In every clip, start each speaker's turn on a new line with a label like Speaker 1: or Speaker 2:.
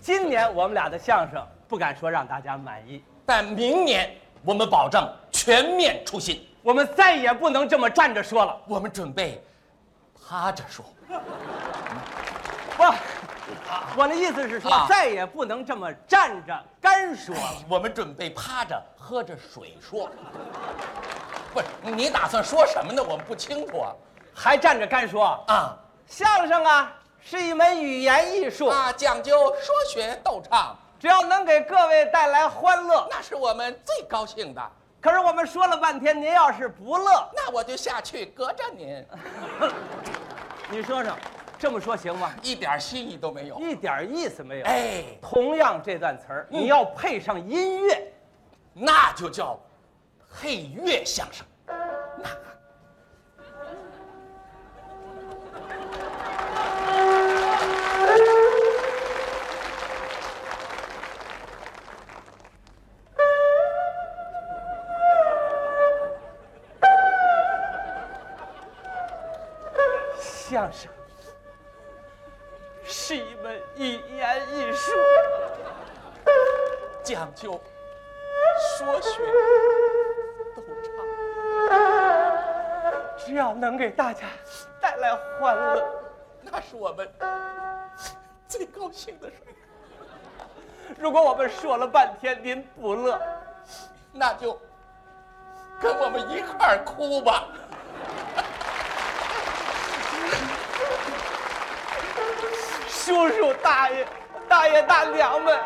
Speaker 1: 今年我们俩的相声不敢说让大家满意，
Speaker 2: 但明年我们保证全面出新，
Speaker 1: 我们再也不能这么站着说了。
Speaker 2: 我们准备趴着说。
Speaker 1: 不，我的意思是说，
Speaker 2: 啊
Speaker 1: 再也不能这么站着干说了。
Speaker 2: 我们准备趴着喝着水说。不是，你打算说什么呢？我们不清楚啊。
Speaker 1: 还站着干说？
Speaker 2: 啊
Speaker 1: 相声啊，是一门语言艺术，
Speaker 2: 啊，讲究说学逗唱，
Speaker 1: 只要能给各位带来欢乐。
Speaker 2: 那是我们最高兴的。
Speaker 1: 可是我们说了半天，您要是不乐，
Speaker 2: 那我就下去隔着您，
Speaker 1: 你说说，这么说行吗？
Speaker 2: 一点新意都没有。
Speaker 1: 一点意思没有。
Speaker 2: 哎，
Speaker 1: 同样这段词儿，
Speaker 2: 嗯
Speaker 1: 你要配上音乐，
Speaker 2: 那就叫配乐相声。
Speaker 1: 相声是一门语言艺术，
Speaker 2: 讲究说学逗唱，
Speaker 1: 只要能给大家带来欢乐。
Speaker 2: 那是我们最高兴的事儿。
Speaker 1: 如果我们说了半天您不乐，
Speaker 2: 那就跟我们一块儿哭吧。
Speaker 1: 叔叔大爷、大爷大娘们，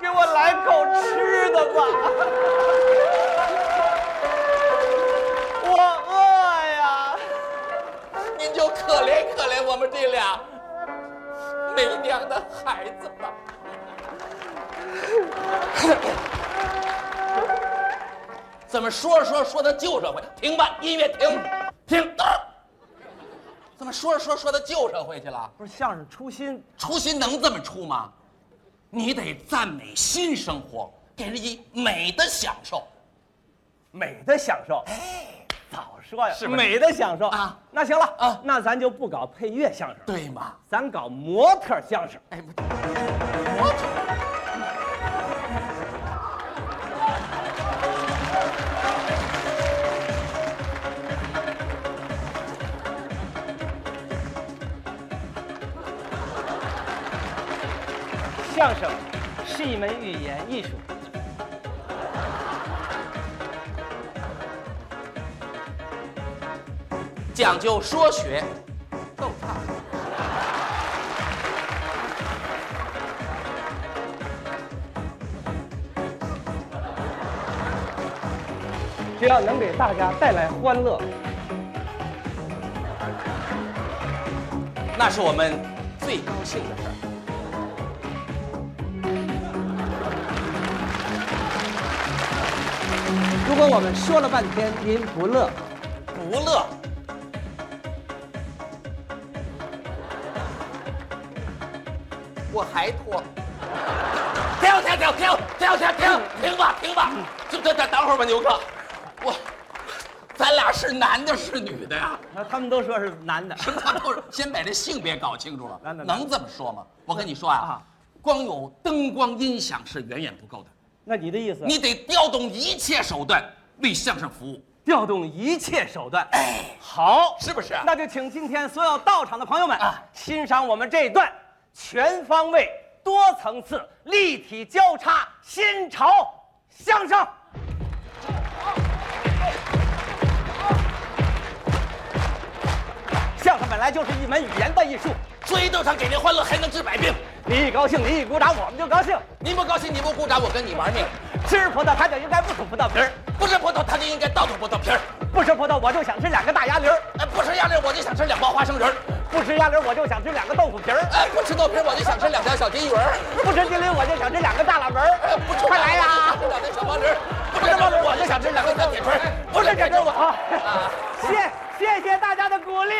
Speaker 1: 给我来口吃的吧，我饿呀。
Speaker 2: 您就可怜可怜我们这俩没娘的孩子吧。怎么说着说着说到旧社会？停吧，音乐停，停。等儿怎么说着说着说到旧社会去了？
Speaker 1: 不是相声初心，
Speaker 2: 出新能这么出吗？你得赞美新生活，给人以美的享受。
Speaker 1: 美的享受。早说呀，
Speaker 2: 是不是
Speaker 1: 美的享受
Speaker 2: 啊
Speaker 1: 那行了
Speaker 2: 啊
Speaker 1: 那咱就不搞配乐相声了，
Speaker 2: 对吗？
Speaker 1: 咱搞模特相声。
Speaker 2: 哎，不对，我怎么
Speaker 1: 相声是一门语言艺术，
Speaker 2: 讲究说学逗唱。
Speaker 1: 只要能给大家带来欢乐，
Speaker 2: 那是我们最高兴的事儿。
Speaker 1: 如果我们说了半天您不乐，
Speaker 2: 不乐，我还拖。停停停停停停停停吧停吧，就等等等会儿吧，牛哥，我，咱俩是男的，是女的呀？
Speaker 1: 那他们都说是男的。
Speaker 2: 咱都是先把这性别搞清楚了
Speaker 1: 那那，那
Speaker 2: 能这么说吗？我跟你说啊
Speaker 1: 啊，
Speaker 2: 光有灯光音响是远远不够的，
Speaker 1: 那你的意思？
Speaker 2: 你得调动一切手段为相声服务，
Speaker 1: 调动一切手段。好，
Speaker 2: 是不是啊？
Speaker 1: 那就请今天所有到场的朋友们
Speaker 2: 啊
Speaker 1: 欣赏我们这一段全方位、多层次、立体交叉新潮相声。相声本来就是一门语言的艺术，
Speaker 2: 追斗上给您欢乐，还能治百病。
Speaker 1: 你一高兴，你一鼓掌，我们就高兴。
Speaker 2: 你不高兴，你不鼓掌，我跟你玩命。
Speaker 1: 吃葡萄他就应该不吐葡萄皮儿，
Speaker 2: 不是葡萄，他就应该倒吐葡萄皮儿。
Speaker 1: 不吃葡萄我就想吃两个大鸭梨儿，
Speaker 2: 哎，不吃鸭梨，我就想吃两包花生仁儿。
Speaker 1: 不吃鸭梨儿我就想吃两个豆腐皮儿。
Speaker 2: 哎，不吃豆皮儿，我就想吃两条小金鱼儿。
Speaker 1: 不吃金鳞，我就想吃两个大喇门
Speaker 2: 哎，不吃
Speaker 1: 快来呀！
Speaker 2: 两条小毛驴儿。不
Speaker 1: 不
Speaker 2: 吃
Speaker 1: 是
Speaker 2: 毛
Speaker 1: 这驴，
Speaker 2: 驴
Speaker 1: 我
Speaker 2: 儿，我
Speaker 1: 就
Speaker 2: 就
Speaker 1: 想
Speaker 2: 想
Speaker 1: 吃
Speaker 2: 吃
Speaker 1: 两
Speaker 2: 两
Speaker 1: 个
Speaker 2: 个
Speaker 1: 小
Speaker 2: 小
Speaker 1: 铁
Speaker 2: 铁
Speaker 1: 锤
Speaker 2: 锤。
Speaker 1: 不是这
Speaker 2: 只
Speaker 1: 只我。谢谢谢谢大家的鼓励。